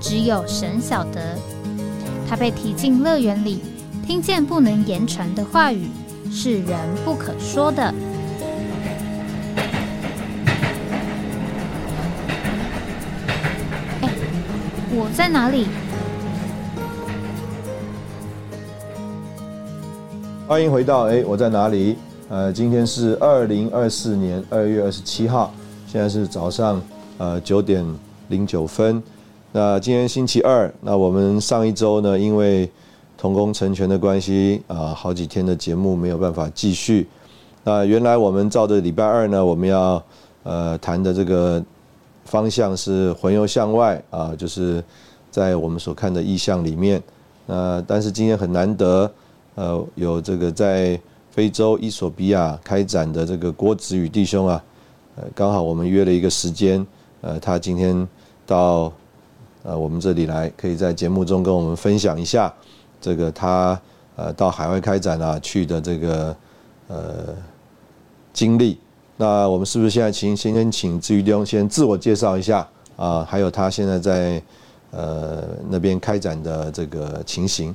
只有神晓得。他被提进乐园里，听见不能言传的话语，是人不可说的。哎我在哪里？欢迎回到哎，我在哪里？呃，今天是二零二四年二月二十七号，现在是早上呃九点零九分。那今天星期二，那我们上一周呢，因为同工成全的关系啊、呃好几天的节目没有办法继续。那原来我们照着礼拜二呢，我们要呃谈的这个方向是魂游向外啊、就是在我们所看的意象里面。那但是今天很难得，呃，有这个在非洲伊索比亚开展的这个郭子宇弟兄啊，呃，刚好我们约了一个时间，呃，他今天到呃我们这里来，可以在节目中跟我们分享一下这个他呃到海外开展啊去的这个呃经历。那我们是不是现在请先先请志宇弟兄先自我介绍一下啊、还有他现在在呃那边开展的这个情形。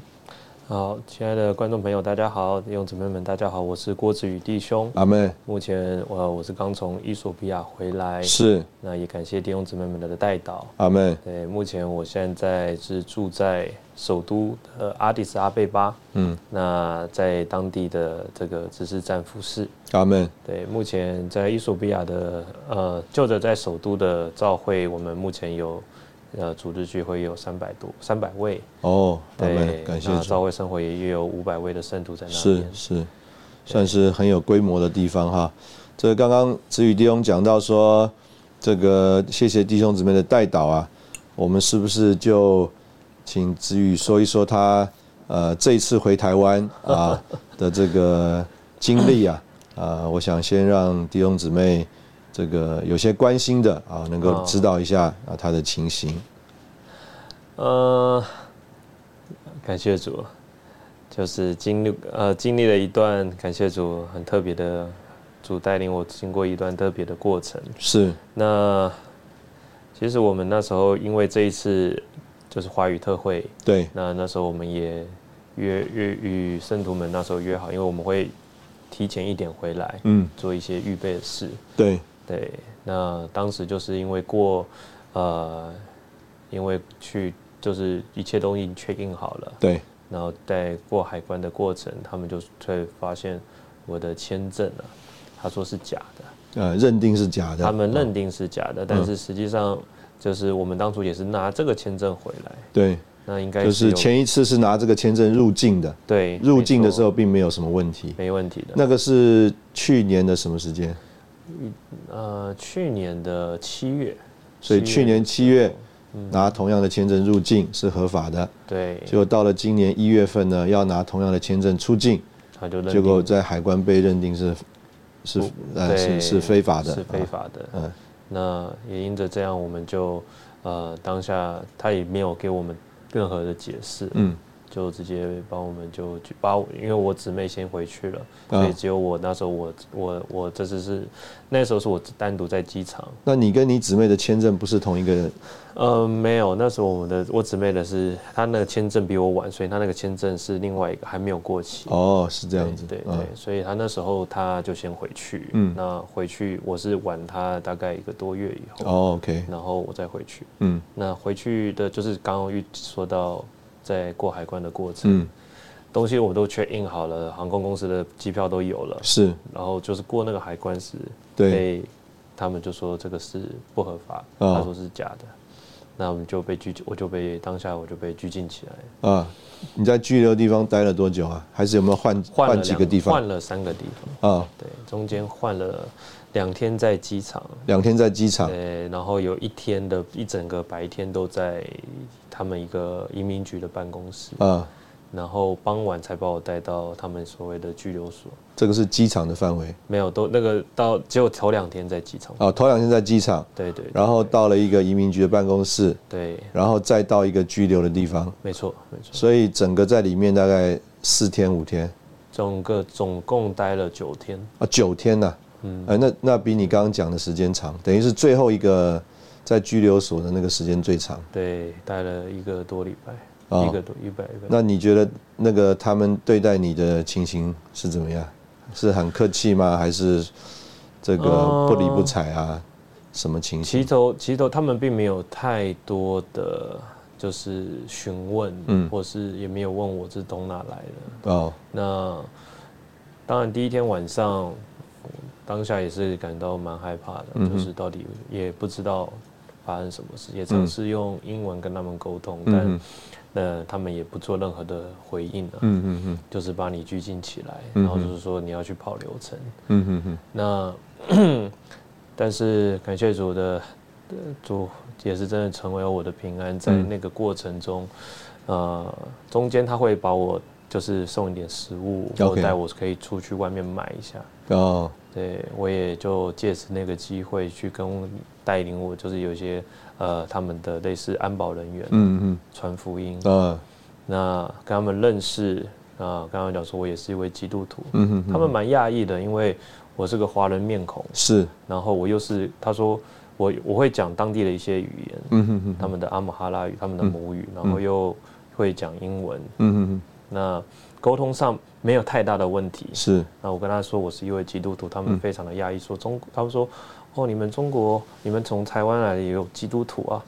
好，亲爱的观众朋友，大家好，弟兄姊妹们，大家好，我是郭子宇弟兄。阿妹目前呃我我是刚从伊索比亚回来，是那也感谢弟兄姊妹们的带导。阿妹，对，目前我现在是住在首都的阿迪斯阿贝巴，嗯，那在当地的这个指示站服侍。阿妹，对，目前在伊索比亚的呃，就着在首都的教会，我们目前有呃组织聚会有三百多三百位，哦，阿妹对，，感谢那主教，会生活也也有五百位的圣徒在那是边。是，算是很有规模的地方哈。这刚刚子宇弟兄讲到说，这个谢谢弟兄姊妹的带导啊，我们是不是就请子宇说一说他呃这一次回台湾啊的这个经历啊？啊，我想先让弟兄姊妹这个有些关心的啊，能够哦知道一下啊他的情形。呃，感谢主，就是经历呃经历了一段感谢主很特别的，主带领我经过一段特别的过程。是那其实我们那时候因为这一次就是华语特会，对，那那时候我们也约约与圣徒们那时候约好，因为我们会提前一点回来嗯，做一些预备的事。对，对，那当时就是因为过，呃，因为去就是一切都已经 check in 好了，对，然后在过海关的过程，他们就会发现我的签证啊，他说是假的，呃，认定是假的，他们认定是假嗯的，但是实际上就是我们当初也是拿这个签证回来，对。那应该就是有前一次是拿这个签证入境的，对入境的时候嗯没错并没有什么问题。没问题的。那个是去年的什么时间？呃，去年的七月，所以七月嗯去年七月拿同样的签证入境是合法的，对，结果到了今年一月份呢，要拿同样的签证出境，他就认定结果在海关被认定是是呃对是是非法的，是非啊法的。嗯那也因着这样，我们就呃当下他也没有给我们任何的解释，嗯就直接帮我们就去把我，因为我姊妹先回去了，啊所以只有我那时候我我我这次是那时候是我单独在机场，那你跟你姊妹的签证不是同一个人呃没有，那时候我们的我姊妹的是她那个签证比我晚，所以她那个签证是另外一个还没有过期。哦，是这对样子，对对嗯，所以她那时候她就先回去，嗯那回去我是晚她大概一个多月以后，哦，OK，然后我再回去。嗯那回去的就是刚刚遇说到在过海关的过程，嗯东西我都 check in 好了，航空公司的机票都有了，是，然后就是过那个海关时，对，被他们就说这个是不合法，哦他说是假的，那我们就被拘，我就被当下我就被拘禁起来，啊，你在拘留地方待了多久啊？还是有没有换换换了几个两地方换了三个地方，啊？对，中间换了两天在机场，啊两天在机场，对，然后有一天的一整个白天都在他们一个移民局的办公室，啊，然后傍晚才把我带到他们所谓的拘留所。这个是机场的范围没有，都那个到只有头两天在机场。啊。头两天在机场，对对对然后到了一个移民局的办公室，对，然后再到一个拘留的地方，没错没错，所以整个在里面大概四天五天整个总共待了九天。啊，九天呐、嗯呃，那那比你刚刚讲的时间长，等于是最后一个在拘留所的那个时间最长。对，待了一个多礼拜，哦一个多一百一百。那你觉得那个他们对待你的情形是怎么样？是很客气吗？还是这个呃不理不睬啊？什么情其形？头其头他们并没有太多的就是询问，嗯或是也没有问我是从哪来的。哦，那当然第一天晚上，当下也是感到蛮害怕的，嗯哼就是到底也不知道发生什么事，也嗯尝试用英文跟他们沟通，嗯但呃他们也不做任何的回应啊，嗯嗯嗯就是把你拘禁起来，嗯然后哼就是说你要去跑流程。嗯嗯嗯那 但是感谢主的呃主也是真的成为我的平安，在嗯那个过程中，呃，中间他会把我就是送一点食物， OK 或带我可以出去外面买一下。嗯，哦，对，我也就借此那个机会去跟带领我，就是有一些呃他们的类似安保人员、嗯传福音，嗯啊，那跟他们认识啊、刚刚讲说我也是一位基督徒，嗯嗯，嗯他们蛮讶异的，因为我是个华人面孔，是，然后我又是他说我我会讲当地的一些语言，嗯嗯嗯，他们的阿姆哈拉语，他们的母语，然后又会讲英文，嗯嗯那沟通上没有太大的问题嗯，。是，那我跟他说我是一位基督徒，他嗯们非常的讶异，说中他们说哦你们中国你们从台湾来的也有基督 徒啊，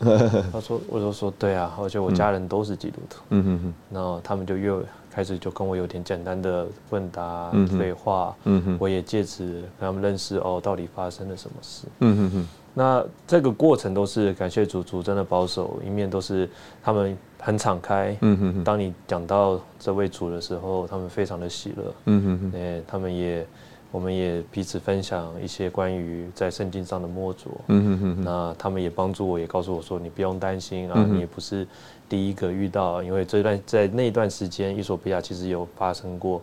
他说我就说对啊，而且我家人都是基督徒，嗯嗯嗯然后他们就又开始就跟我有点简单的问答嗯哼对话，嗯嗯我也借此跟他们认识哦到底发生了什么事。嗯嗯嗯那这个过程都是感谢主，主真的保守，一面都是他们很敞开。嗯嗯嗯当你讲到这位主的时候，他们非常的喜乐，嗯嗯诶、他们也，我们也彼此分享一些关于在圣经上的摸着。嗯嗯那他们也帮助我，也告诉我说，你不用担心啊，嗯哼你也不是第一个遇到，因为这段在那段时间，伊索比亚其实有发生过，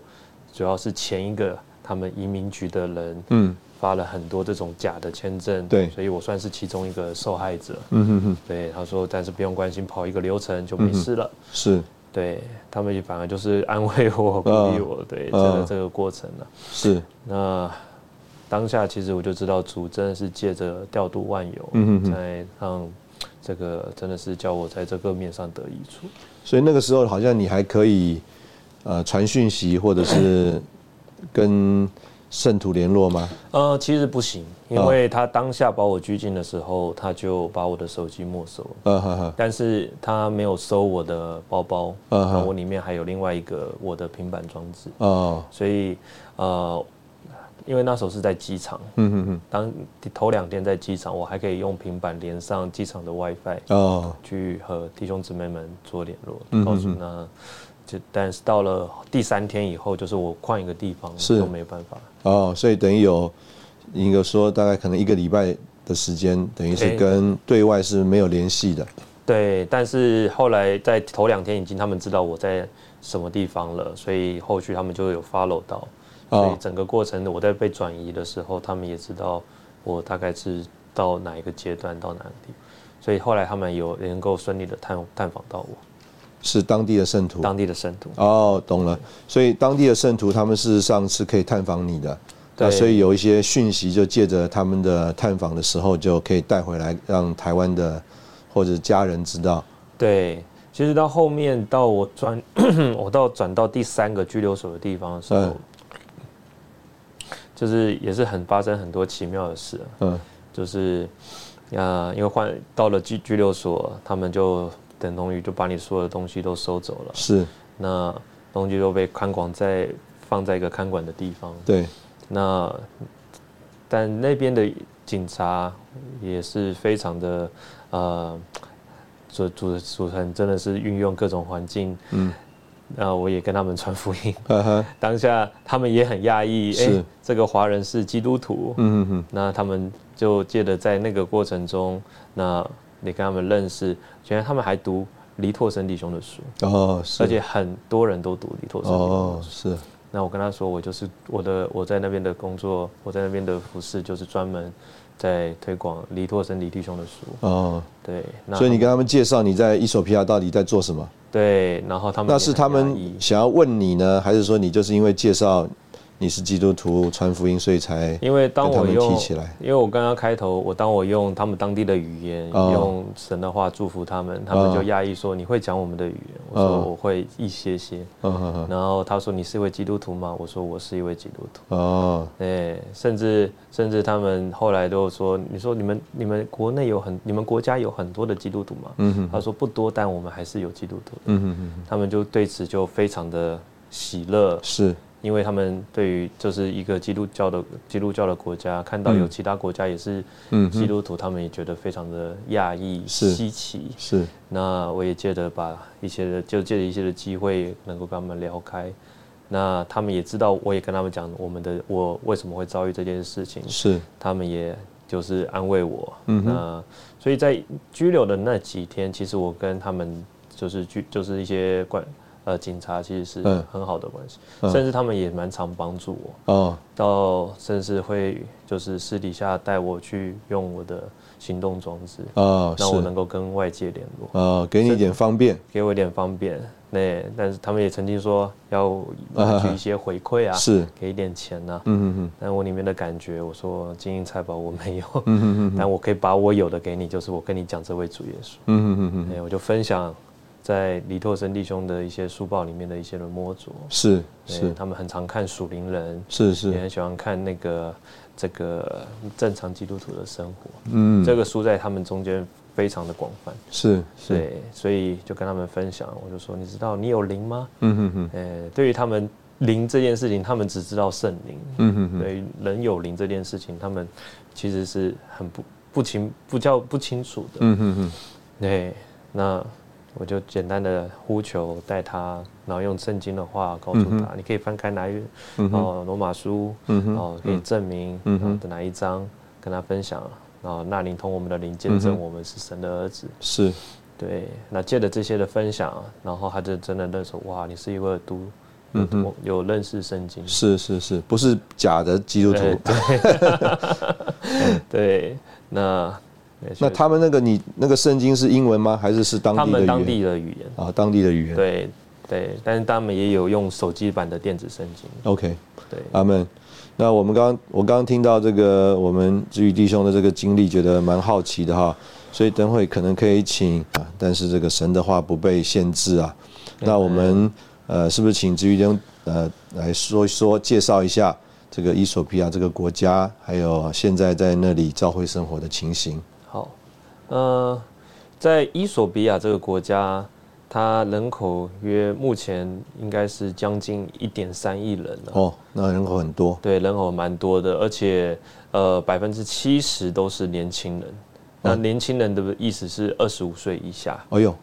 主要是前一个他们移民局的人嗯发了很多这种假的签证，对所以我算是其中一个受害者。嗯嗯，对，他说，但是不用关心，跑一个流程就没事了。是对他们也反而就是安慰我、鼓励我，对，这个、嗯这个过程呢、是，那当下其实我就知道主真的是借着调度万有，嗯哼哼才让这个真的是叫我在这个面上得益处。所以那个时候好像你还可以呃传讯息或者是跟圣徒联络吗？呃，其实不行，嗯因为他当下把我拘禁的时候，他就把我的手机没收了。啊哈哈，但是他没有收我的包包，嗯然后哼我里面还有另外一个我的平板装置，哦，所以呃，因为那时候是在机场，嗯嗯嗯，当头两天在机场，我还可以用平板连上机场的 WiFi 哦，去和弟兄姊妹们做联嗯络，哼告诉那就但是到了第三天以后，就是我换一个地方是都没办法，哦，所以等于有一个说大概可能一个礼拜的时间，等于是哎跟对外是没有联系的。对，但是后来在头两天已经他们知道我在什么地方了，所以后续他们就有 follow 到，哦所以整个过程我在被转移的时候，他们也知道我大概是到哪一个阶段，到哪个地方，所以后来他们有能够顺利的探探访到我是当地的圣徒。当地的圣徒，哦，懂了。所以当地的圣徒，他们事实上是可以探访你的。那对所以有一些讯息，就借着他们的探访的时候，就可以带回来，让台湾的或者家人知道。对。其实到后面到我转， 我到转到第三个拘留所的地方的时候，嗯就是也是很发生很多奇妙的事、啊。嗯就是，呃，因为换到了拘拘留所，他们就等同于就把你所有的东西都收走了，是那东西都被看管在放在一个看管的地方。对，那但那边的警察也是非常的，呃，主主主很真的是运用各种环境。嗯，那我也跟他们传福音，哈哈，当下他们也很讶异，哎、是这个华人是基督徒，嗯嗯那他们就借着在那个过程中，那你跟他们认识，原来他们还读黎拓生弟兄的书，哦，是，而且很多人都读黎拓生弟兄的哦书。是，那我跟他说，我就是我的我在那边的工作，我在那边的服饰就是专门在推广黎拓生李弟兄的书。哦，对，那所以你跟他们介绍你在伊索皮亚到底在做什么？对，然后他们那也是很他压们抑想要问你呢，还是说你就是因为介绍你是基督徒传福音，所以才因为当跟他我们用提起来，因为我刚刚开头，我当我用他们当地的语言，哦用神的话祝福他们，他们就压抑说你会讲我们的语言，我说哦我会一些些，嗯嗯嗯然后他说你是一位基督徒吗？我说我是一位基督徒。哦，哎，甚至甚至他们后来都说，你说你们你们国内有很你们国家有很多的基督徒吗？嗯哼他说不多，但我们还是有基督徒的。嗯哼嗯哼，他们就对此就非常的喜乐，是，因为他们对于就是一个基督教的基督教的国家，看到有嗯其他国家也是嗯基哼，督徒，他们也觉得非常的讶异、是稀奇。是，那我也借着把一些的，就借着一些的机会，能够跟他们聊开。那他们也知道，我也跟他们讲我们的我为什么会遭遇这件事情，是，他们也就是安慰我。嗯哼那所以在拘留的那几天，其实我跟他们就是拘就是一些管呃警察，其实是嗯很好的关系，嗯甚至他们也蛮常帮助我。哦，到甚至会就是私底下带我去用我的行动装置，哦，让我能是，够跟外界联络，哦，给你一点方便，给我一点方便。那但是他们也曾经说要啊拿取一些回馈啊，是，给一点钱呐、嗯哼哼，但我里面的感觉，我说金银财宝我没有，嗯哼哼哼，但我可以把我有的给你，就是我跟你讲这位主耶稣。嗯哼哼哼，哎，我就分享在李拓生弟兄的一些书报里面的一些的摸索，是，哎是，他们很常看属灵人，是也是，很喜欢看那个这个正常基督徒的生活。嗯，这个书在他们中间非常的广泛，是是，对，所以就跟他们分享，我就说你知道你有灵吗？嗯哼哼，呃，对于他们灵这件事情，他们只知道圣灵，嗯哼哼，对于人有灵这件事情，他们其实是很不不清不叫不清楚的。嗯哼哼，对，那我就简单的呼求带他，然后用圣经的话告诉嗯他，你可以翻开哪一嗯哼，哦罗马书，嗯哼，哦可以证明嗯然哼后的哪一章跟他分享，然后那灵通我们的灵见嗯证哼我们是神的儿子。是，对，那借着这些的分享，然后他就真的认识哇，你是一位读有嗯哼读有认识圣经，是是是，不是假的基督徒。对 对对，那那他们那个你那个圣经是英文吗？还是是当他地的们语当言？地的语言，啊，当地的语言。对对，但是他们也有用手机版的电子圣经， OK，对，阿门。那我们刚我刚刚听到这个我们志宇弟兄的这个经历，觉得蛮好奇的哈，所以等会可能可以请啊，但是这个神的话不被限制啊。那我们呃，是不是请志宇弟兄呃来说一说，介绍一下这个伊索比亚这个国家，还有现在在那里教会生活的情形？好，呃，在伊索比亚这个国家，它人口约目前应该是将近一点三亿人了。哦，那人口很多，对，人口蛮多的，而且呃，百分之七十都是年轻人。那嗯年轻人的意思是二十五岁以下，哎呦。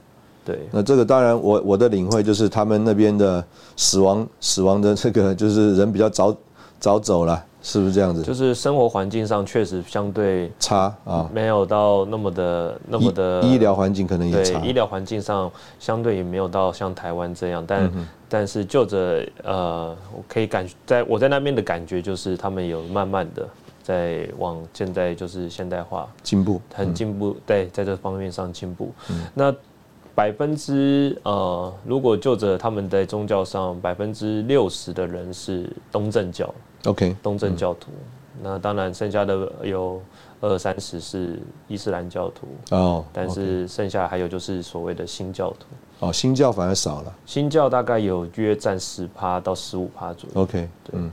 对，那这个当然我，我的领会就是他们那边的死亡死亡的这个就是人比较早早走了，是不是这样子？就是生活环境上确实相对差啊，没有到那么的那么的医医疗环境可能也对差，医疗环境上相对也没有到像台湾这样，但、嗯但是就着呃，我可以感在我在那边的感觉就是他们有慢慢的在往现在就是现代化，进步很进步，对，在这方面上进步。嗯那百分之呃，如果就着他们在宗教上，百分之六十的人是东正教， ，OK，东正教徒。嗯那当然，剩下的有二三十是伊斯兰教徒，哦，但 OK 是剩下还有就是所谓的新教徒。哦，新教反而少了新教大概有约占十趴到十五趴左右。 ，OK，嗯，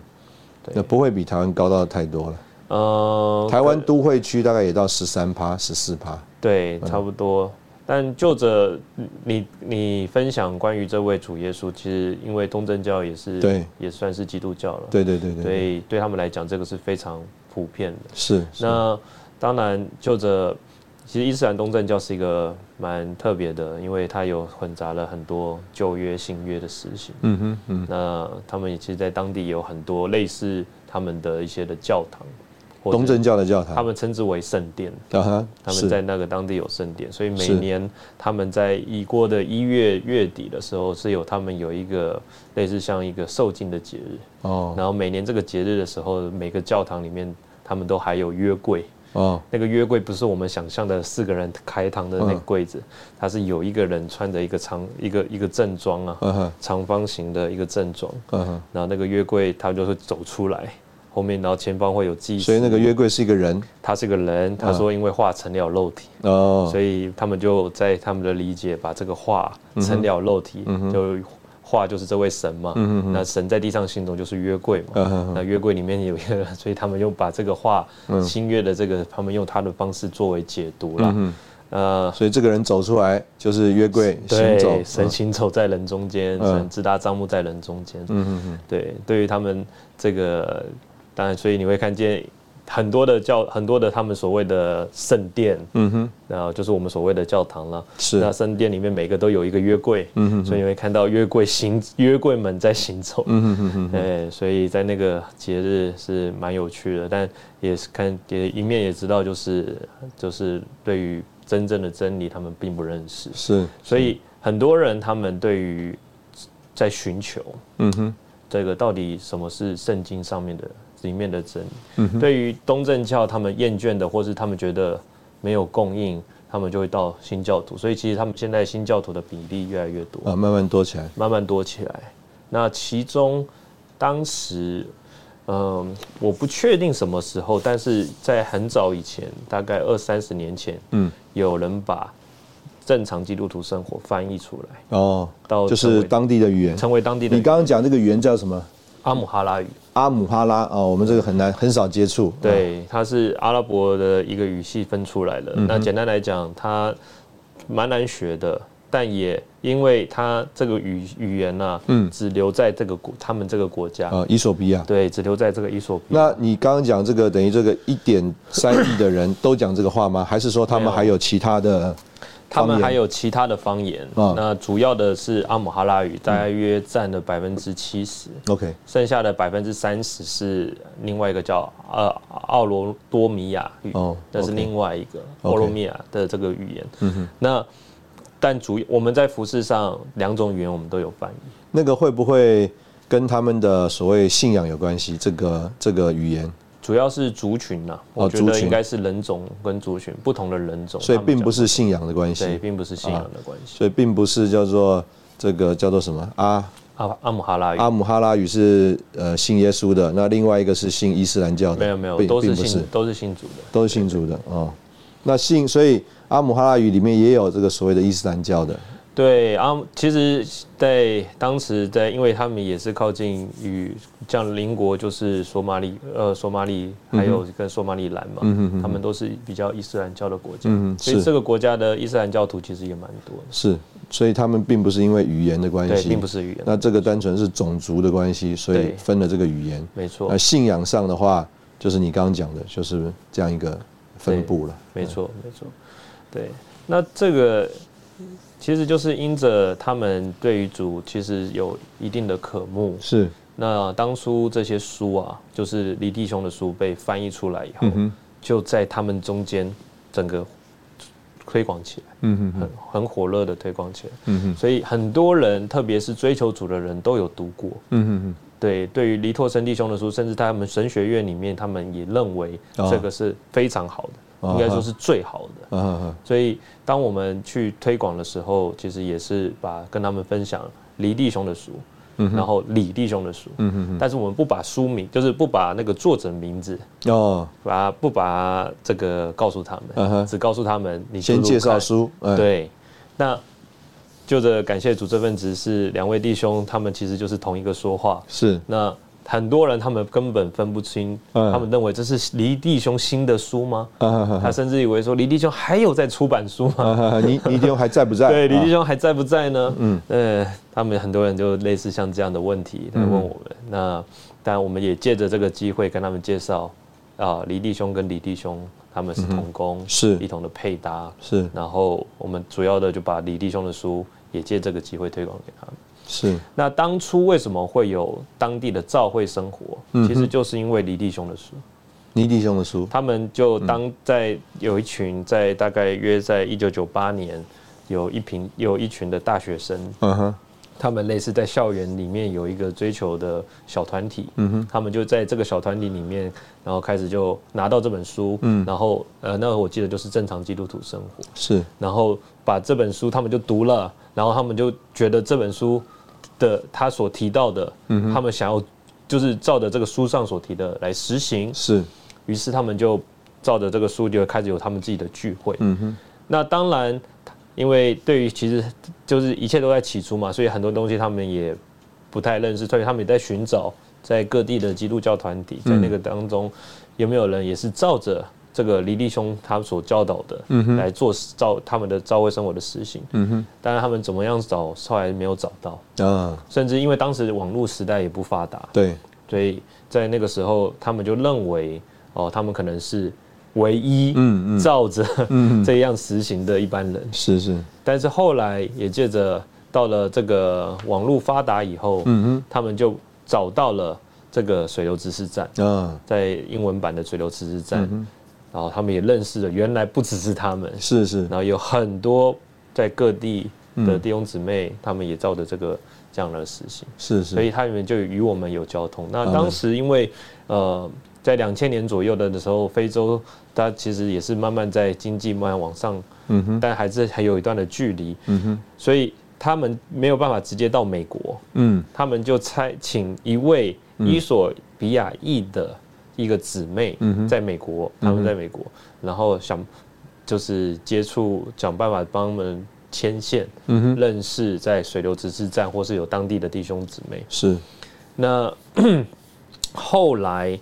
对那不会比台湾高到太多了，呃，台湾都会区大概也到十三趴、十四趴，对，嗯差不多。但就着你你分享关于这位主耶稣，其实因为东正教也是对也算是基督教了，对对对对所对，以对他们来讲，这个是非常普遍的。是，是那当然，就着其实伊斯兰东正教是一个蛮特别的，因为它有混杂了很多旧约、新约的实行。嗯哼嗯那他们也其实，在当地有很多类似他们的一些的教堂，或者东正教的教他堂，们称之为圣殿。啊哈，他是们在那个当地有圣殿，所以每是年他们在已过的一月月底的时候，是有他们有一个类似像一个受浸的节日。哦然后每年这个节日的时候，每个教堂里面他们都还有约柜。哦那个约柜不是我们想象的四个人开膛的那个柜子，嗯它是有一个人穿着一个长一个一个正装啊，嗯哼长方形的一个正装，嗯哼，然后那个约柜他就会走出来，后面然后前方会有祭司，所以那个约柜嗯是一个人他是个人，他说因为化成了肉体，哦所以他们就在他们的理解，把这个化嗯成了肉体，就化就是这位神嘛。那神在地上行走就是约柜嘛。嗯哼嗯哼那约柜里面有一个，所以他们又把这个化新约的这个，他们用他的方式作为解读啦。嗯呃，所以这个人走出来就是约柜行走，对，神行走在人中间，嗯神直达帐幕在人中间。嗯嗯嗯对，对于他们这个，当然，所以你会看见很多的教，很多的他们所谓的圣殿，嗯哼，然后就是我们所谓的教堂了。那是嗯圣殿里面每个都有一个约柜，所以你会看到约柜行约柜们在行走，嗯哼哼对，所以在那个节日是蛮有趣的，但也是看也一面也知道，就是就是对于真正的真理他们并不认识，是所以很多人他们对于在寻求嗯哼这个到底什么是圣经上面的里面的真理，嗯对于东正教他们厌倦的，或是他们觉得没有供应，他们就会到新教徒。所以其实他们现在新教徒的比例越来越多，啊，慢慢多起来，慢慢多起来。那其中当时，嗯、我不确定什么时候，但是在很早以前，大概二三十年前，嗯有人把正常基督徒生活翻译出来，哦，到就是成为当地的语言。成为当地你的刚刚讲这个语言叫什么？阿姆哈拉语。阿姆哈拉啊，我们这个很难很少接触。啊，对，它是阿拉伯的一个语系分出来嗯的。那简单来讲，它蛮难学的，但也因为它这个语语言呢、嗯只留在这个国，他们这个国家，啊，伊索比亚。对，只留在这个伊索比亚。那你刚刚讲这个，等于这个一点三亿的人都讲这个话 吗？还是说他们没有还有其他的？他方们言还有其他的方言，嗯那主要的是阿姆哈拉语，大约占了百分之七十。 OK，剩下的百分之三十是另外一个叫呃奥罗多米亚语，哦那是 OK 另外一个 OK 嗯欧罗米亚的这个语言。那但主我们在服饰上两种语言我们都有翻译，那个会不会跟他们的所谓信仰有关系？这个这个语言，主要是族群呐、我觉哦族得群应该是人种跟族群不同的人种，所以他们并讲不是啊信仰的关对，系，并不是信仰的关系。所以并不是叫做这个叫做什么阿阿阿姆哈拉语阿姆哈拉语是呃信耶稣的，那另外一个是信伊斯兰教的，没有没有并都是并不信都是信主的，都是信主的哦。那信所以阿姆哈拉语里面也有这个所谓的伊斯兰教的，对啊，其实，在当时在，因为他们也是靠近与像邻国，就是索马里，呃，索马里嗯还有跟索马里兰嘛，他们都是比较伊斯兰教的国家，嗯所以是这个国家的伊斯兰教徒其实也蛮多的，是，所以他们并不是因为语言的关对，系，并不是语言，那这个单纯是种族的关系，所以对分了这个语言。没错那，信仰上的话，就是你刚刚讲的，就是这样一个分布了。没错，没错，对，那这个其实就是因着他们对于主其实有一定的渴慕，是，那当初这些书啊，就是李弟兄的书被翻译出来以后，嗯哼，就在他们中间整个推广起来，嗯哼，很很火热的推广起来。嗯哼，所以很多人，特别是追求主的人都有读过。嗯哼哼，对，对于黎拓生弟兄的书，甚至他们神学院里面，他们也认为哦这个是非常好的，哦应该说是最好的。啊啊啊，所以，当我们去推广的时候，其实也是把跟他们分享黎弟兄的书，然后李弟兄的书，嗯哼但是我们不把书名，就是不把那个作者名字，哼，哦，把不把这个告诉他们，嗯哼只告诉他们你先读读介绍看。书，哎，对，那就着感谢主这份职是两位弟兄，他们其实就是同一个说话。是，那很多人他们根本分不清，嗯他们认为这是黎弟兄新的书吗？啊啊啊他甚至以为说黎弟兄还有在出版书啊吗？啊， 你你弟兄还在不在？对，李弟啊，兄还在不在呢？嗯，呃，他们很多人就类似像这样的问题来问嗯我们。那当然，我们也借着这个机会跟他们介绍啊，李弟兄跟李弟兄他们是同工，嗯是一同的配搭。是然后我们主要的就把李弟兄的书也借这个机会推广给他们。是，那当嗯初为什么会有当地的教会生活？其实就是因为李弟兄的书。倪弟兄的书，他们就嗯当在有一群在大概约在一九九八年，有一群有一群的大学生，嗯哼，他们类似在校园里面有一个追求的小团体，嗯哼，他们就在这个小团体里面，然后开始就拿到这本书，嗯然后呃，那我记得就是正常基督徒生活，是，然后把这本书他们就读了，然后他们就觉得这本书的他所提到的，嗯他们想要就是照着这个书上所提的来实行，是，于是他们就照着这个书就开始有他们自己的聚会。嗯哼，那当然，因为对于其实就是一切都在起初嘛，所以很多东西他们也不太认识，所以他们也在寻找在各地的基督教团体，在那个当中、有没有人也是照着这个黎弟兄他所教导的、来做照他们的教会生活的实行。嗯当然，他们怎么样找，后来没有找到，哼，啊，甚至因为当时网络时代也不发达，对，所以在那个时候，他们就认为哦，他们可能是唯一嗯嗯，照着嗯 这样实行的一般人。是是，但是后来也借着到了这个网络发达以后，嗯他们就找到了这个水流知识站，哼，啊，在英文版的水流知识站，嗯哼，然后他们也认识了，原来不只是他们，是是然，后有很多在各地的嗯弟兄姊妹，他们也照着这个这样的实行。是所是，以它里面就与我们有交通。那嗯当时因为呃，在两千年左右的时候，非洲它其实也是慢慢在经济慢慢往上，嗯哼，但还是还有一段的距离，嗯哼，所以他们没有办法直接到美国，嗯他们就差请一位伊索比亚裔的一个姊妹嗯哼在美国，嗯哼他们在美国，然后想就是接触，想办法帮他们牵线，嗯哼，认识在水流指示站或是有当地的弟兄姊妹。是，那 后来，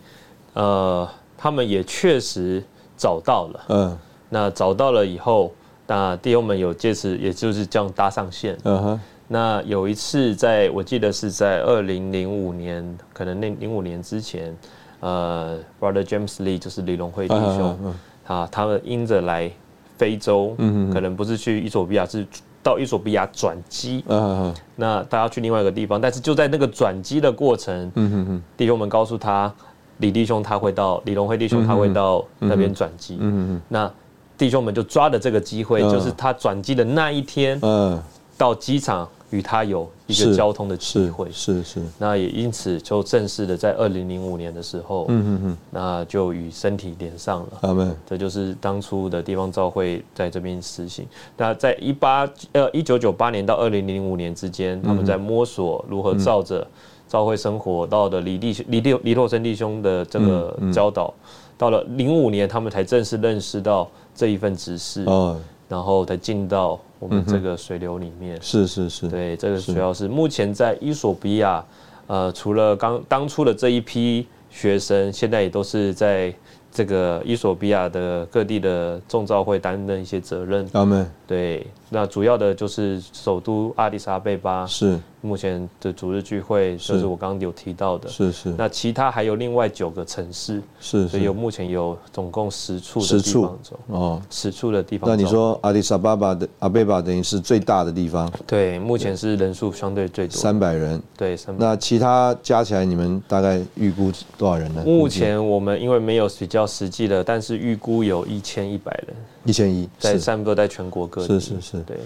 呃，他们也确实找到了。嗯那找到了以后，那弟兄们有借此，也就是这样搭上线。嗯哼，那有一次在，我记得是在二零零五年，可能那零五年之前，呃，Brother James Lee 就是李龙辉弟兄，嗯啊，他们因着来非洲，嗯哼可能不是去伊索比亚，是到伊索比亚转机。嗯那他要去另外一个地方，但是就在那个转机的过程，嗯哼哼，弟兄们告诉他，李弟兄他会到李龙辉弟兄他会到那边转机。嗯那弟兄们就抓着这个机会，嗯就是他转机的那一天哼，嗯，到机场与他有一是个交通的机是会。是是，那也因此就正式的在二零零五年的时候，嗯哼哼，那就与身体连上了。阿门，这就是当初的地方照会在这边实行。那在一八呃一九九八年到二零零五年之间，他们在摸索如何照着照会生活到的李弟李弟李洛生弟兄的这个教导，到了零五年，他们才正式认识到这一份指示，哦，然后才进到我们这个水流里面。是是是，对，这个主要是目前在伊索比亚，呃，除了刚当初的这一批学生，现在也都是在这个伊索比亚的各地的众召会担任一些责任。阿门，对，那主要的就是首都阿迪萨贝巴，是目前的主日聚会就是是我刚刚有提到的。是是那其他还有另外九个城市，是所以有是，目前有总共十处的十地处方走，哦，十处的地方。那你，说阿里萨巴巴的阿贝巴等于是最大的地方，对，目前是人数相对最多的，三百人，对，三百那其他加起来你们大概预估多少人呢？目前我们因为没有比较实际的，但是预估有一千一百人一千一，在是散布在全国各地。是是是对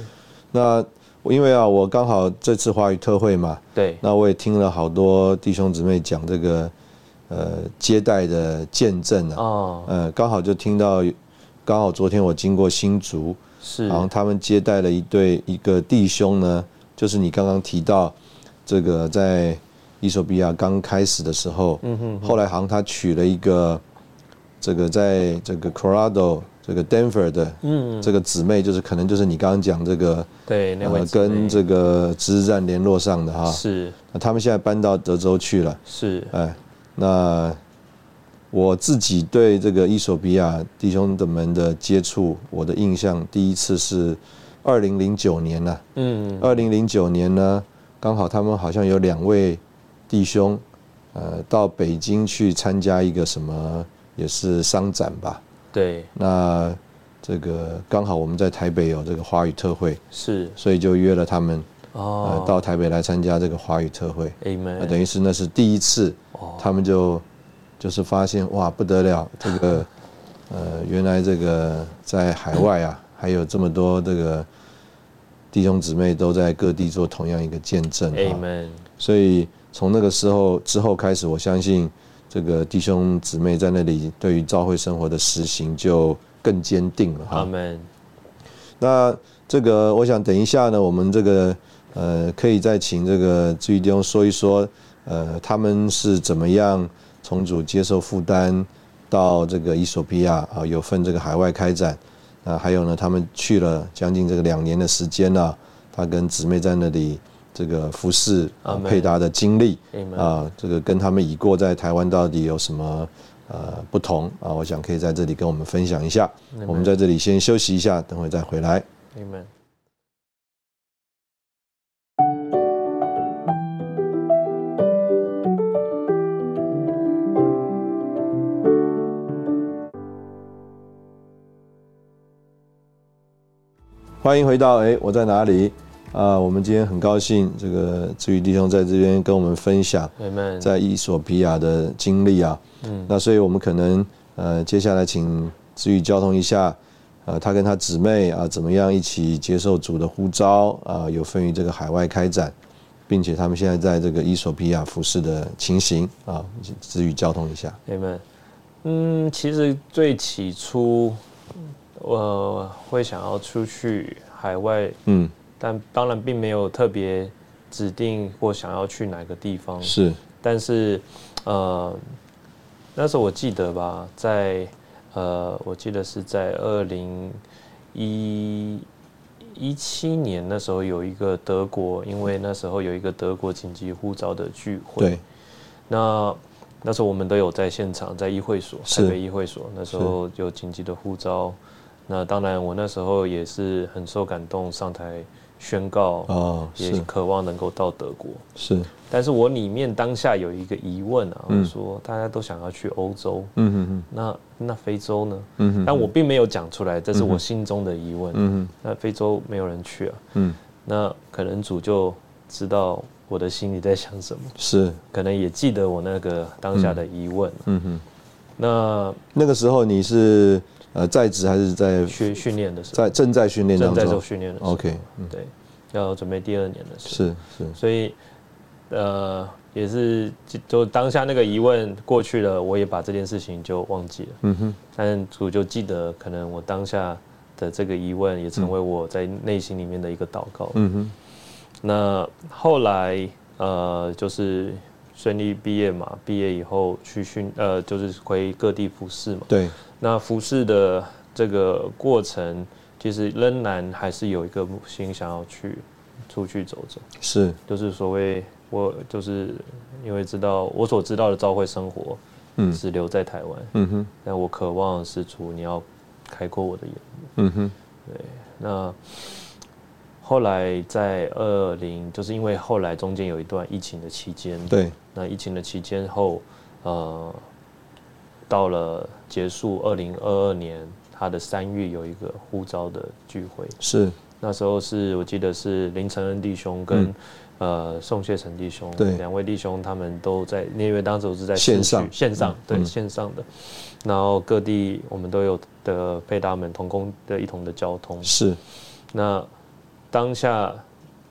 那我因为啊，我刚好这次华语特会嘛，对那我也听了好多弟兄姊妹讲这个呃接待的见证啊，哦，呃，刚好就听到，刚好昨天我经过新竹，是然后他们接待了一对一个弟兄呢，就是你刚刚提到这个在伊索比亚刚开始的时候，嗯哼后来好像他娶了一个这个在这个 Colorado 这个 Denver 的嗯这个姊妹，就是可能就是你刚刚讲这个对那位呃姊妹跟这个知识站联络上的哈，是那他们现在搬到德州去了。是哎，那我自己对这个伊索比亚弟兄的们的接触，我的印象第一次是二零零九年呐、嗯二零零九年呢，刚好他们好像有两位弟兄，呃，到北京去参加一个什么，也是商展吧。对那这个刚好我们在台北有这个华语特会，是所以就约了他们呃哦到台北来参加这个华语特会。 Amen 那等于是那是第一次哎哦，他们就就是发现哇不得了，这 个呃原来这个在海外啊，还有这么多这个弟兄姊妹都在各地做同样一个见证啊。 Amen，所以从那个时候之后开始，我相信这个弟兄姊妹在那里对于教会生活的实行就更坚定了哈。阿门，那这个，我想等一下呢，我们这个呃，可以再请这个志毅弟兄说一说，呃，他们是怎么样从主接受负担，到这个伊索比亚啊，有份这个海外开展，那还有呢，他们去了将近这个两年的时间呢、他跟姊妹在那里这个服侍、啊、 Amen 配搭的经历 Amen 啊，这个跟他们已过在台湾到底有什么呃不同啊？我想可以在这里跟我们分享一下。我们在这里先休息一下，等会再回来。 Amen。欢迎回到哎，我在哪里？啊，我们今天很高兴，这个志宇弟兄在这边跟我们分享 Amen，在伊索比亚的经历啊。嗯那所以我们可能呃，接下来请志宇交通一下，呃，他跟他姊妹啊、怎么样一起接受主的呼召啊、有分于这个海外开展，并且他们现在在这个伊索比亚服侍的情形啊，志宇交通一下。 Amen。嗯，其实最起初我会想要出去海外，嗯，但当然并没有特别指定或想要去哪个地方。是，但是呃，那时候我记得吧，在呃，我记得是在二零一一七年那时候有一个德国，因为那时候有一个德国紧急呼召的聚会。对，那那时候我们都有在现场，在议会所，是台北议会所，那时候有紧急的呼召。那当然，我那时候也是很受感动，上台宣告，哦，也是渴望能够到德国。是，但是我里面当下有一个疑问啊，嗯我说大家都想要去欧洲，嗯哼哼，那那非洲呢？嗯哼，但我并没有讲出来，这是嗯哼我心中的疑问。嗯那非洲没有人去啊，哼，嗯，那可能主就知道我的心里在想什么。 是，可能也记得我那个当下的疑问。嗯哼。那那个时候你是呃在职还是在训训练的时候，在正在训练正当在做中训练的时候？OK，嗯，对，要准备第二年的时候，是是，所以呃也是就就当下那个疑问过去了，我也把这件事情就忘记了。嗯哼，但主就记得，可能我当下的这个疑问也成为我在内心里面的一个祷告。嗯哼，那后来呃，就是顺利毕业嘛，毕业以后去训呃，就是回各地服侍嘛。对，那服侍的这个过程，其实仍然还是有一个心想要去出去走走，是，就是所谓我就是因为知道我所知道的教会生活嗯是留在台湾，嗯哼，但我渴望是主你要开阔我的眼。嗯哼，那后来在二零，就是因为后来中间有一段疫情的期间，对，那疫情的期间后，呃，到了结束二零二二年，他的三月有一个呼召的聚会，是，那时候是我记得是林承恩弟兄跟、嗯呃宋谢成弟兄对两位弟兄，他们都在，因为当时我是在线市区上线上、对、嗯线上的，然后各地我们都有的配搭们同工的一同的交通，是，那当下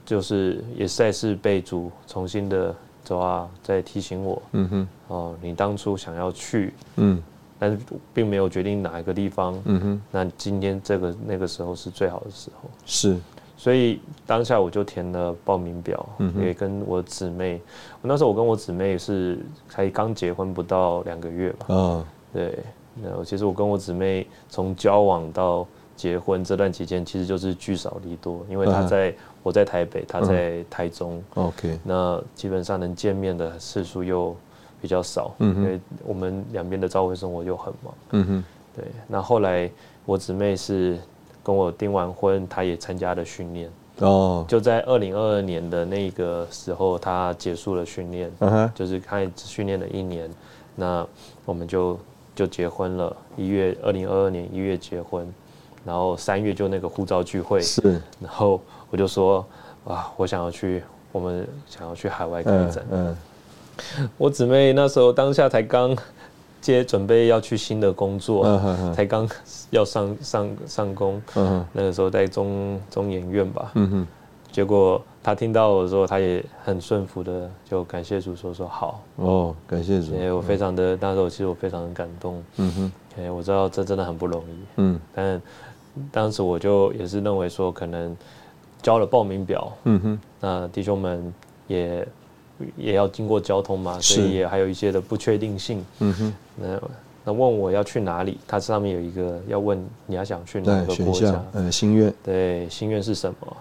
就是也再次被主重新的走啊，在提醒我嗯哼，哦，你当初想要去，嗯但是并没有决定哪一个地方。嗯嗯哼，那今天这个那个时候是最好的时候，是，所以当下我就填了报名表，嗯哼也跟我姊妹。我那时候我跟我姊妹是才刚结婚不到两个月吧，啊，对。那我其实我跟我姊妹从交往到结婚这段期间，其实就是聚少离多，因为她嗯在、我在台北，她在台中， OK，那基本上能见面的次数又比较少，嗯哼因为我们两边的教会生活又很忙。嗯哼，对，那后来我姊妹是跟我订完婚，她也参加了训练，哦，就在二零二二年的那个时候，她结束了训练，嗯哼，就是她也只训练了一年，那我们就就结婚了，一月二零二二年一月结婚，然后三月就那个护照聚会，是，然后我就说啊，我想要去，我们想要去海外开嗯展。嗯，我姊妹那时候当下才刚接准备要去新的工作嗯啊，哼哼，才刚要上上上工，嗯哼，那个时候在中中研院吧，嗯哼，结果他听到我说，他也很顺服的就感谢主说说好，哦，感谢主因，为我非常的那时候其实我非常的感动，嗯哼，哎，我知道这真的很不容易，嗯但当时我就也是认为说可能交了报名表，嗯哼，那弟兄们也也要经过交通嘛，是所以也还有一些的不确定性。嗯哼，那那问我要去哪里，它上面有一个要问你要想去哪对，个选国家项，，呃，心愿，对，心愿是什么？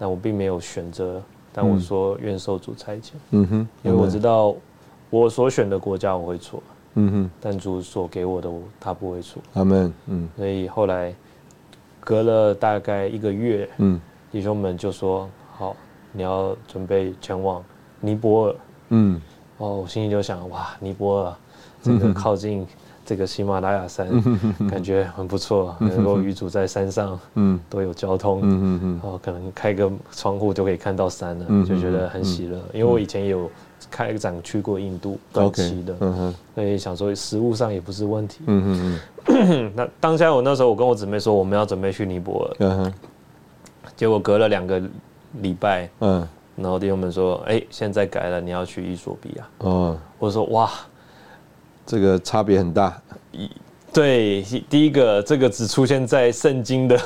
那我并没有选择，但我说愿受主差遣，嗯哼，因为我嗯知道我所选的国家我会错，嗯哼，但主所给我的我他不会错，阿门，嗯所以后来隔了大概一个月，嗯弟兄们就说：“好，你要准备前往尼泊尔。嗯”哦，我心里就想：“哇，尼泊尔这个靠近这个喜马拉雅山，感觉很不错，能够与主在山上嗯都有交通。嗯嗯嗯，哦，可能开个窗户就可以看到山了，嗯就觉得很喜乐。因为我以前也有开展去过印度短 OK，期的嗯哼，所以想说食物上也不是问题。嗯哼嗯那当下我那时候我跟我姊妹说我们要准备去尼泊尔，嗯，嗯哼，结果隔了两个礼拜，嗯，然后弟兄们说：“哎、现在改了，你要去伊索比亚。哦，”我说：“哇，这个差别很大，对，第一个这个只出现在圣 经的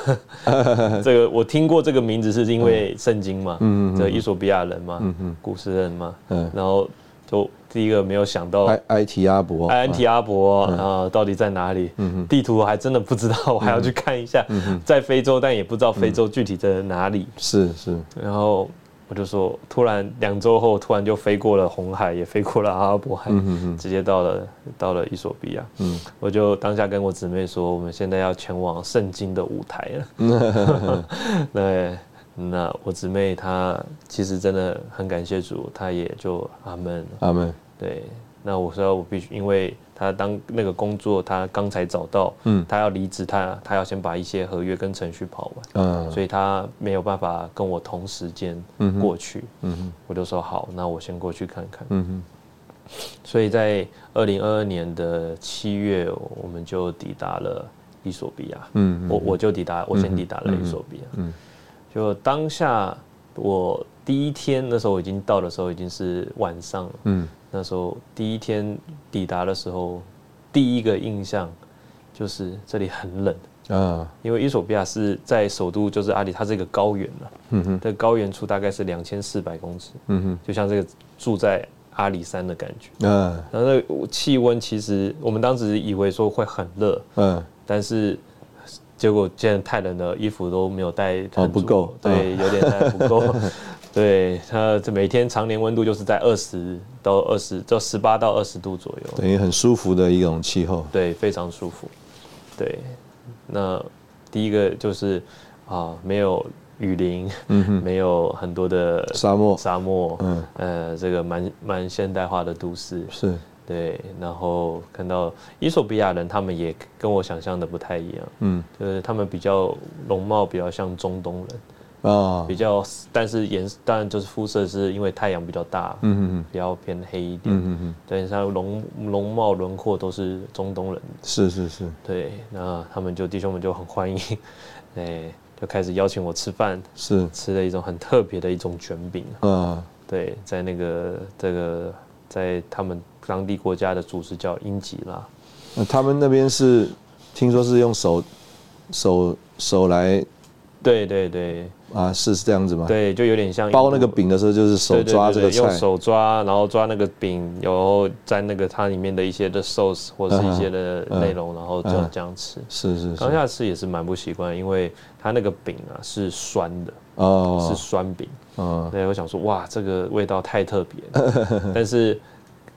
这个，我听过这个名字是因为圣经嘛，嗯嗯嗯这伊索比亚人嘛，嗯哼，古时人嘛，嗯然后就第一个没有想到埃埃提阿伯，埃安提阿伯啊、呃到底在哪里？哦嗯地图我还真的不知道，我还要去看一下，在非洲，但也不知道非洲具体在哪里。是是，然后我就说，突然两周后，突然就飞过了红海，也飞过了阿拉伯海，嗯哼直接到了到了伊索比亚。嗯我就当下跟我姊妹说，我们现在要前往圣经的舞台 了。对，那我姊妹她其实真的很感谢主，她也就阿门。阿门，对，那我说我必须，因为她当那个工作，她刚才找到，嗯她要离职，她她要先把一些合约跟程序跑完。嗯，所以他没有办法跟我同时间嗯哼过去，嗯哼，我就说好，那我先过去看看。嗯哼，所以在二零二二年的七月，我们就抵达了伊索比亚。嗯，我我就抵达，我先抵达了伊索比亚。嗯就当下我第一天那时候我已经到的时候已经是晚上了，嗯那时候第一天抵达的时候，第一个印象就是这里很冷。啊，因为伊索比亚是在首都，就是阿里，它是一个高原了、嗯哼，的高原处大概是两千四百公尺，嗯就像这个住在阿里山的感觉。哼，啊，然后那个气温其实我们当时以为说会很热，嗯但是结果竟然太冷了，衣服都没有带很足哦不够对，有点太 不够。对，它这每天常年温度就是在二十到二十，到十八到二十度左右。等于很舒服的一种气候，对，非常舒服。对，那第一个就是啊，没有雨林，没有很多的嗯沙漠，沙漠，嗯呃，这个蛮蛮现代化的都市，是，对。然后看到伊索比亚人，他们也跟我想象的不太一样，嗯就是他们比较容貌比较像中东人，啊，比较，但是颜当然就是肤色是因为太阳比较大，嗯嗯比较偏黑一点，嗯嗯嗯，对，像容容貌轮廓都是中东人是是是，对，那他们就弟兄们就很欢迎， 哎，就开始邀请我吃饭，是吃了一种很特别的一种卷饼。啊，对，在那个这个在他们当地国家的组织叫英吉拉，那他们那边是听说是用手手手来对对对啊，是是这样子吗？，对，就有点像包那个饼的时候就是手对，对对抓这个对用菜，手抓，然后抓那个饼，然后沾那个它里面的一些的 sauce 或是一些的内容，然后这样嗯这样吃。是是当是，下吃也是蛮不习惯，因为它那个饼啊是酸的，是哦，酸饼。嗯对，我想说，哇，这个味道太特别 了。但是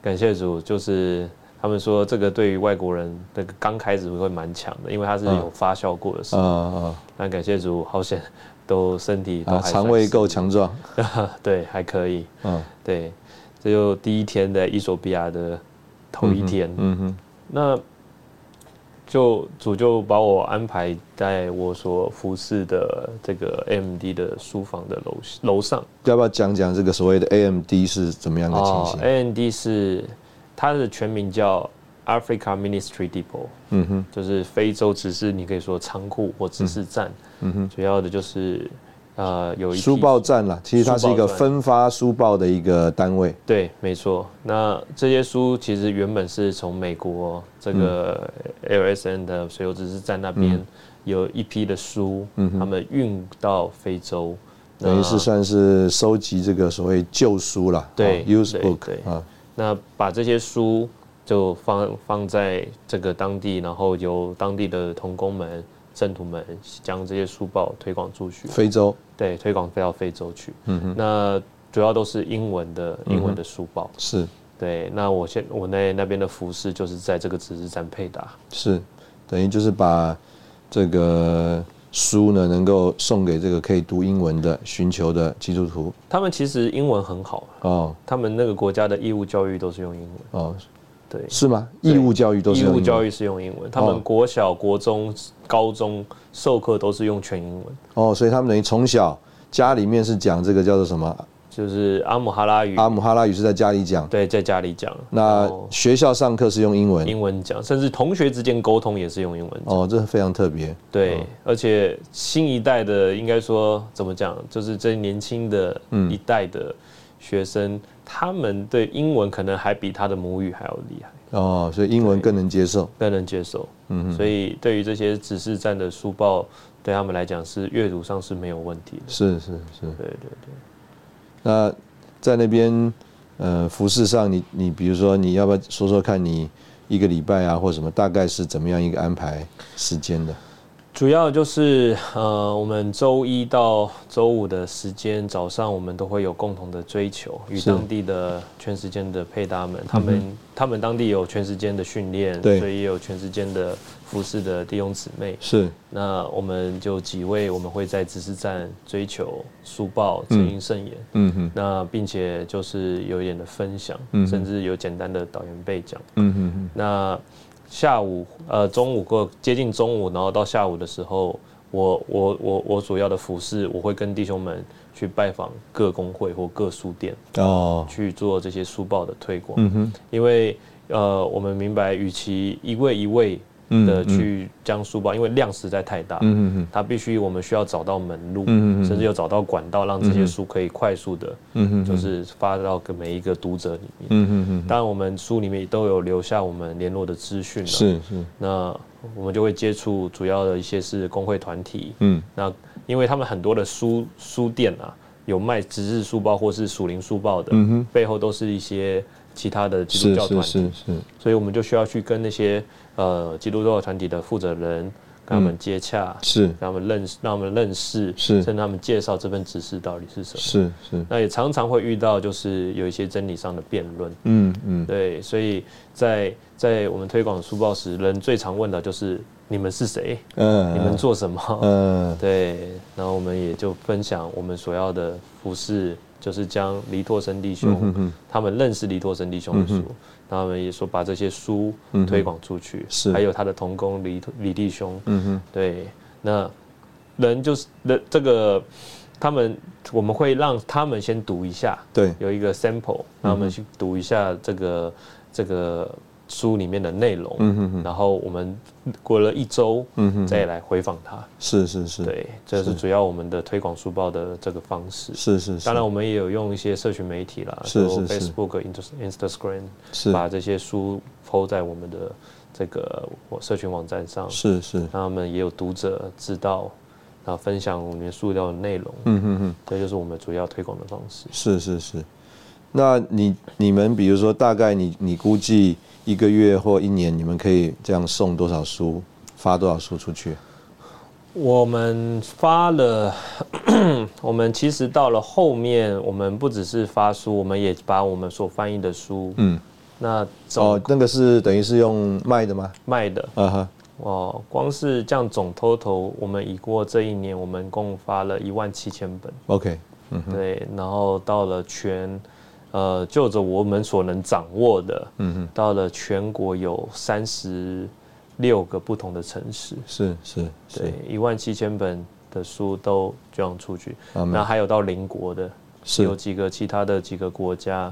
感谢主，就是他们说这个对于外国人那个刚开始会蛮强的，因为它是嗯有发酵过的食啊物。啊但感谢主，好险都身体都啊，还算肠胃够强壮，是，对，还可以。嗯对，这就第一天在伊索比亚的头一天，嗯哼，那就主就把我安排在我所服侍的这个 AMD 的书房的楼楼上。要不要讲讲这个所谓的 AMD 是怎么样的情哦形？ ，AND 是它的全名叫 Africa Ministry Depot，嗯哼，就是非洲只是你可以说仓库或指示站，嗯哼，主要的就是呃有一批书报站啦，其实它是一个书报站分发书报的一个单位。对，没错。那这些书其实原本是从美国这个嗯 LSN 的水油指示站那边有一批的书，他们运到非洲，嗯等于是那算是收集这个所谓旧书啦，对啊，use 对 book 对啊，那把这些书就放放在这个当地，然后由当地的童工们、圣徒们将这些书报推广出去，非洲，对，推广到非洲去。嗯哼，那主要都是英文嗯的英文的书报。是对，那我现我那那边的服饰就是在这个指示站配搭。是，等于就是把这个书呢，能够送给这个可以读英文的寻求的基督徒他们其实英文很好，哦他们那个国家的义务教育都是用英文。哦，对，是吗？义务教育都是义用英务文哦教育是用英文，他们国小、国中、高中授课都是用全英文，哦，所以他们等于从小家里面是讲这个叫做什么就是阿姆哈拉语。阿姆哈拉语是在家里讲，对，在家里讲，那然后学校上课是用英文哦英文讲，甚至同学之间沟通也是用英文讲。哦，这非常特别，对，而且新一代的应该说怎么讲，就是这年轻的嗯一代的学生，他们对英文可能还比他的母语还要厉害，哦，所以英文更能接受。更能接受。嗯，所以对于这些指示站的书报，对他们来讲是阅读上是没有问题的。是是是，对对对，那在那边呃服饰上你，你比如说你要不要说说看你一个礼拜啊或什么，大概是怎么样一个安排时间的？主要就是呃，我们周一到周五的时间早上，我们都会有共同的追求，与是嗯当地的全时间的配搭们，他们、他们当地有全时间的训练，对所以也有全时间的服侍的弟兄姊妹。是那我们就几位，我们会在指示站追求书报、成因圣言。嗯哼那并且就是有一点的分享，嗯甚至有简单的导言背讲。嗯哼哼那下午呃中午过接近中午，然后到下午的时候，我我我我主要的服饰，我会跟弟兄们去拜访各工会或各书店，哦去做这些书报的推广。嗯哼因为呃，我们明白，与其一位一位嗯的嗯去将书报，因为量实在太大，嗯哼哼它必须我们需要找到门路，嗯嗯嗯甚至有找到管道，让这些书可以快速的，嗯哼就是发到给每一个读者里面。嗯哼哼当然，我们书里面都有留下我们联络的资讯了。是是那我们就会接触主要的一些是工会团体，嗯那因为他们很多的书书店啊，有卖值日书报或是属灵书报的，嗯哼背后都是一些其他的是基督教团是体，是是所以我们就需要去跟那些呃基督教团体的负责人跟他们接洽，是让他们认识，让他们认识，嗯是甚至他们介绍这份指示到底是什么。是是那也常常会遇到就是有一些真理上的辩论，嗯嗯对，所以在在我们推广书报时，人最常问的就是你们是谁，嗯你们做什么？嗯对，然后我们也就分享我们所要的服饰，就是将黎托生弟兄、嗯哼他们认识黎托生弟兄的书，然后他们也说把这些书嗯嗯哼推广出去，是还有他的同工李李弟兄，嗯哼对，那人就是人这个他们我们会让他们先读一下，对有一个 sample，让他嗯们去读一下这个、这个书里面的内容，嗯哼哼然后我们过了一周，嗯哼再来回访他。是是是对，这是主要我们的推广书报的这个方式。是是当然，我们也有用一些社群媒体啦，是说是是 Facebook、Instagram，是把这些书 PO 在我们的这个我社群网站上，是是让他们也有读者知道，然后分享我们塑料的内容。嗯哼哼。这就是我们主要推广的方式。是是是，那你你们比如说，大概你你估计一个月或一年，你们可以这样送多少书，发多少书出去？我们发了， 我们其实到了后面，我们不只是发书，我们也把我们所翻译的书，嗯，那总哦，那个是等于是用卖的吗？卖的，啊哈，哦，光是这样总 total，我们已过这一年，我们共发了一万七千本， ，OK，嗯对，然后到了全，呃，就着我们所能掌握的，嗯哼，到了全国有三十六个不同的城市，是是对是，，一万七千本的书都这样出去，阿那门，还有到邻国的，有是几个其他的几个国家，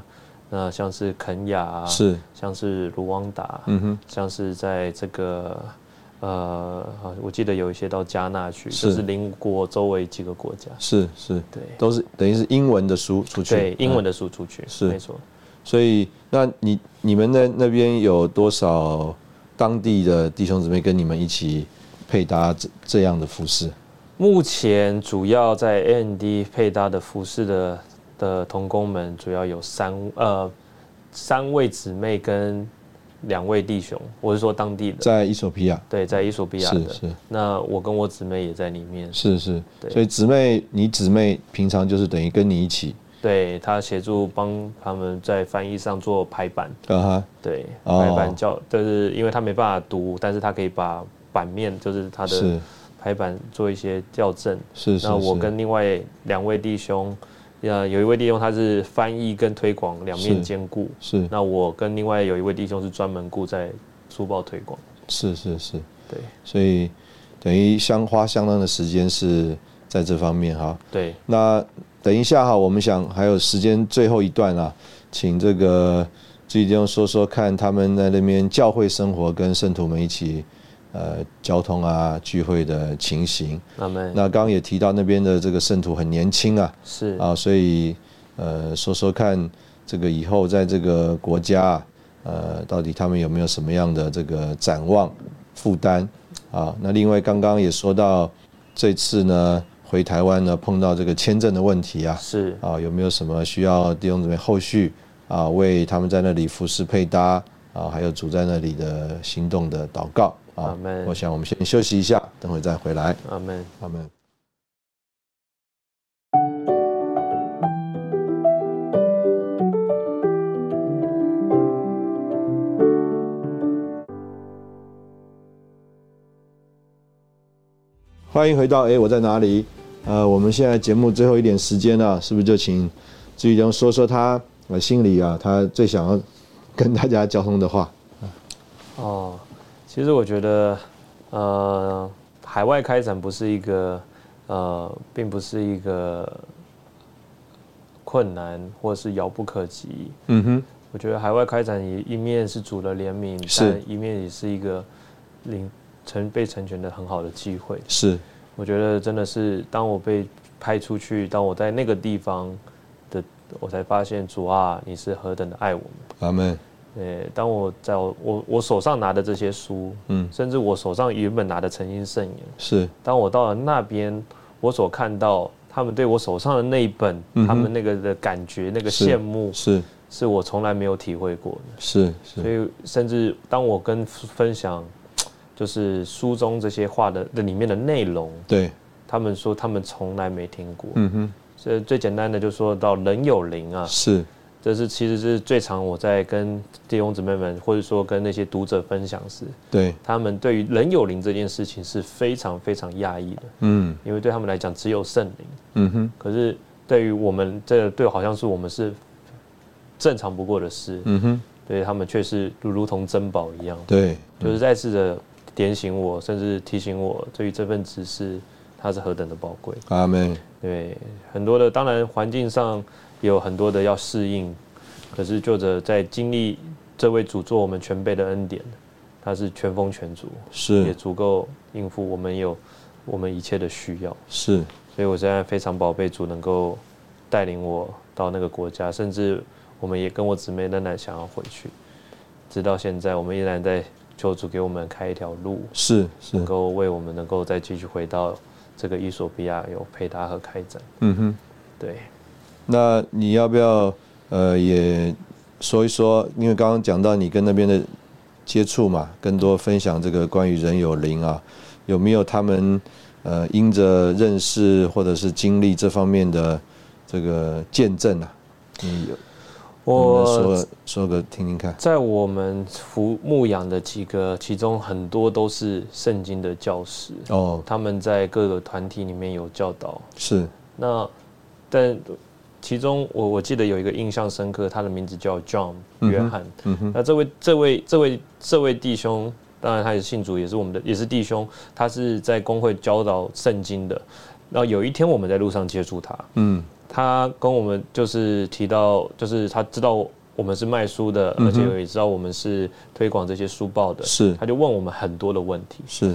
那像是肯雅啊，是，像是卢旺达，啊嗯哼，像是在这个呃，好我记得有一些到加纳去，是就是邻国周围几个国家，是是，对都是等于是英文的书出去，对，英文的。的输出去，是没错。所以，那你你们那那边有多少当地的弟兄姊妹跟你们一起配搭这这样的服饰？目前主要在 AND 配搭的服饰的的童工们，主要有三呃三位姊妹跟两位弟兄，我是说当地的，在伊索比亚，对，在伊索比亚是的。是那我跟我姊妹也在里面，是是，对所以姊妹，你姊妹平常就是等于跟你一起，对她协助帮他们在翻译上做排版，啊哈，对，哦排版教就是因为她没办法读，但是她可以把版面就是她的是排版做一些校正，是是。那我是跟另外两位弟兄，呃，有一位弟兄他是翻译跟推广两面是兼顾，是那我跟另外有一位弟兄是专门顾在书报推广。是是是，对所以等于相花相当的时间是在这方面哈。对，那等一下哈，我们想还有时间最后一段啊，请这个呃这弟兄说说看他们在那边教会生活跟圣徒们一起呃交通啊聚会的情形。那么那刚刚也提到那边的这个圣徒很年轻啊，是啊，所以呃说说看这个以后在这个国家啊呃到底他们有没有什么样的这个展望负担啊？那另外刚刚也说到这次呢回台湾呢碰到这个签证的问题啊，是啊，有没有什么需要弟兄姊妹后续啊为他们在那里服饰配搭啊，还有主在那里的行动的祷告啊 Amen？我想我们先休息一下，等会再回来，阿门。阿门。欢迎回到哎、诶我在哪里？呃，我们现在节目最后一点时间了、啊是不是就请志宇兄说说他呃心里啊，他最想要跟大家交通的话？哦，其实我觉得，呃，海外开展不是一个，呃，并不是一个困难或是遥不可及。嗯哼，我觉得海外开展也一面是主的怜悯，是但一面也是一个领成被成全的很好的机会。是我觉得真的是，当我被派出去，当我在那个地方的，我才发现主啊，你是何等的爱我们。阿门，呃，当我在我我我手上拿的这些书，嗯，甚至我手上原本拿的诚心圣言，是当我到了那边，我所看到他们对我手上的那一本，嗯哼他们那个的感觉，那个是羡慕，是是我从来没有体会过的。是所是以甚至当我跟分享，就是书中这些话的的里面的内容，对，他们说他们从来没听过。嗯哼，这、最简单的就说到人有灵啊，是这是其实是最常我在跟弟兄姊妹们，或者说跟那些读者分享时，对，他们对于人有灵这件事情是非常非常讶异的，嗯因为对他们来讲只有圣灵，嗯哼，可是对于我们这对好像是我们是正常不过的事，嗯哼，对他们却是如如同珍宝一样。对，就是再次的点醒我，甚至提醒我，对于这份知识，它是何等的宝贵。阿门，对，很多的当然环境上也有很多的要适应，可是就着在经历这位主做我们全备的恩典，他是全丰全足，也是足够应付我们有我们一切的需要。是所以我现在非常宝贝主能够带领我到那个国家，甚至我们也跟我姊妹仍然想要回去，直到现在，我们依然在求主给我们开一条路，是能是，够为我们能够再继续回到这个伊索比亚有配搭和开展。嗯哼。对，那你要不要呃也说一说？因为刚刚讲到你跟那边的接触嘛，更多分享这个关于人有灵啊，有没有他们呃因着认识或者是经历这方面的这个见证啊？你有能不能我说说个听听看？在我们服牧养的几个，其中很多都是圣经的教师，哦，他们在各个团体里面有教导。是那但其中我我记得有一个印象深刻，他的名字叫 John 嗯哼约翰。嗯哼那这位这位这位这位弟兄，当然他也是信主，也是我们的也是弟兄，他是在工会教导圣经的。然后有一天我们在路上接触他，嗯他跟我们就是提到，就是他知道我们是卖书的，而且也知道我们是推广这些书报的，嗯是他就问我们很多的问题。是，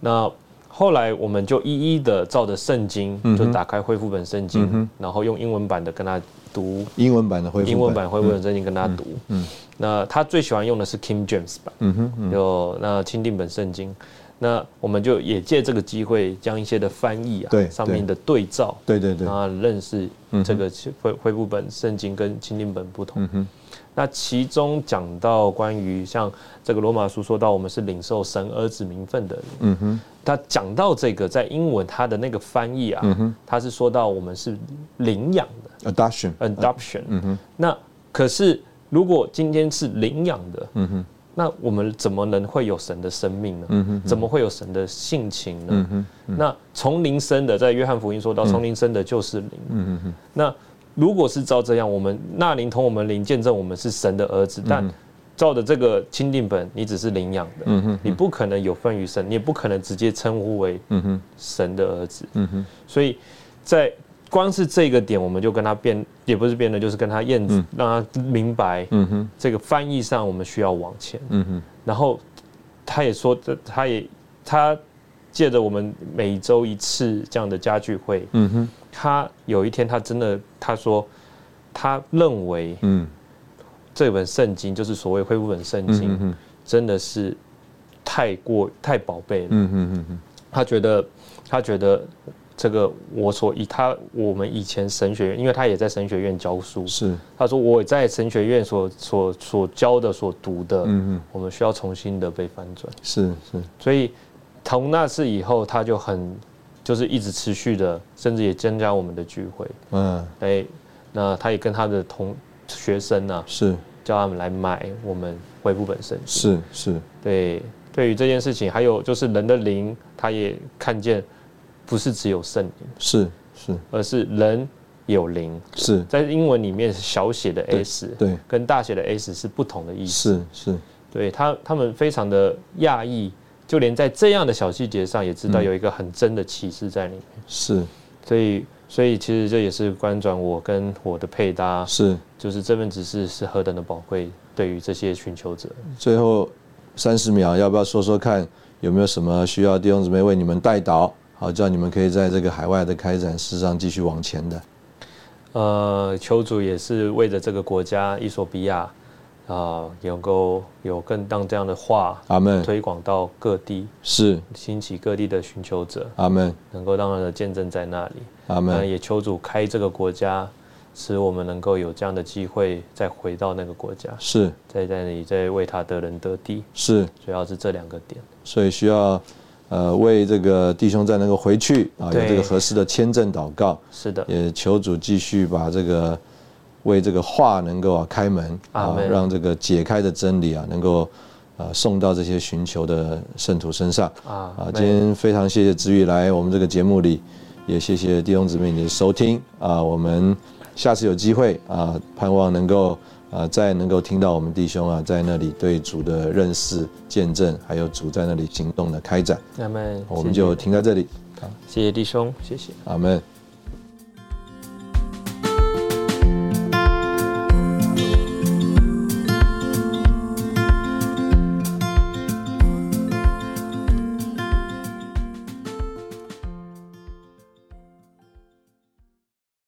那后来我们就一一的照着圣经，嗯哼就打开恢复本圣经，嗯然后用英文版的跟他读英文版的恢复英文版恢复本圣经跟他读。嗯嗯那他最喜欢用的是 King James 版，嗯哼嗯就那钦定本圣经。那我们就也借这个机会，将一些的翻译啊，对上面的对照，对对对让，他认识嗯哼这个恢恢复本圣经跟钦定本不同。嗯哼那其中讲到关于像这个罗马书说到我们是领受神儿子名分的人，嗯哼他讲到这个在英文他的那个翻译啊，嗯哼他是说到我们是领养，adoption，的 adoption，、嗯哼那可是如果今天是领养的，嗯哼那我们怎么能会有神的生命呢？嗯哼嗯哼怎么会有神的性情呢？嗯哼那从灵生的，在约翰福音说到，从灵生的就是灵。嗯哼那如果是照这样，我们那灵同我们灵见证我们是神的儿子，但照着这个钦定本，你只是领养的，嗯哼你不可能有份于神，你也不可能直接称呼为嗯哼神的儿子。嗯哼所以在光是这个点，我们就跟他辩，也不是辩论，就是跟他验，让他明白嗯哼这个翻译上我们需要往前。嗯哼然后他也说，他也他借着我们每周一次这样的家聚会，嗯哼他有一天他真的他说，他认为嗯这本圣经就是所谓恢复本圣嗯经，哼真的是太过太宝贝了。嗯哼嗯哼他觉得他觉得这个我所以他我们以前神学院，因为他也在神学院教书，是，他说我在神学院所所所教的所读的，嗯哼我们需要重新的被翻转。是是，所以从那次以后，他就很就是一直持续的，甚至也增加我们的聚会。嗯哎，那他也跟他的同学生啊，是叫他们来买我们恢复本身。是是，对，对于这件事情，还有就是人的灵，他也看见，不是只有圣灵，是是而是人有灵。是，在英文里面，小写的 s 对，跟大写的 S 是不同的意思。是是，对他，他们非常的讶异，就连在这样的小细节上，也知道嗯有一个很真的启示在里面。是所以，所以其实这也是关转我跟我的配搭，是，就是这份指示是何等的宝贵，对于这些寻求者。最后三十秒，要不要说说看有没有什么需要弟兄姊妹为你们带导？好，叫你们可以在这个海外的开展事上继续往前的。呃，求主也是为着这个国家伊索比亚，啊、能够有更当这样的话阿门。推广到各地，是，兴起各地的寻求者，阿门，能够让人的见证在那里。阿那门，也求主开这个国家，使我们能够有这样的机会再回到那个国家，是在那里再为他得人得地，是，主要是这两个点。所以需要呃为这个弟兄在能够回去啊，有对这个合适的签证祷告，是的，也求主继续把这个为这个话能够啊开门阿啊，们让这个解开的真理啊能够呃送到这些寻求的圣徒身上。啊啊，那今天非常谢谢子宇来我们这个节目里，也谢谢弟兄姊妹你的收听啊，我们下次有机会啊，盼望能够啊再能够听到我们弟兄啊在那里对主的认识、见证，还有主在那里行动的开展，那么我们就停在这里，谢谢弟兄，谢谢。阿门。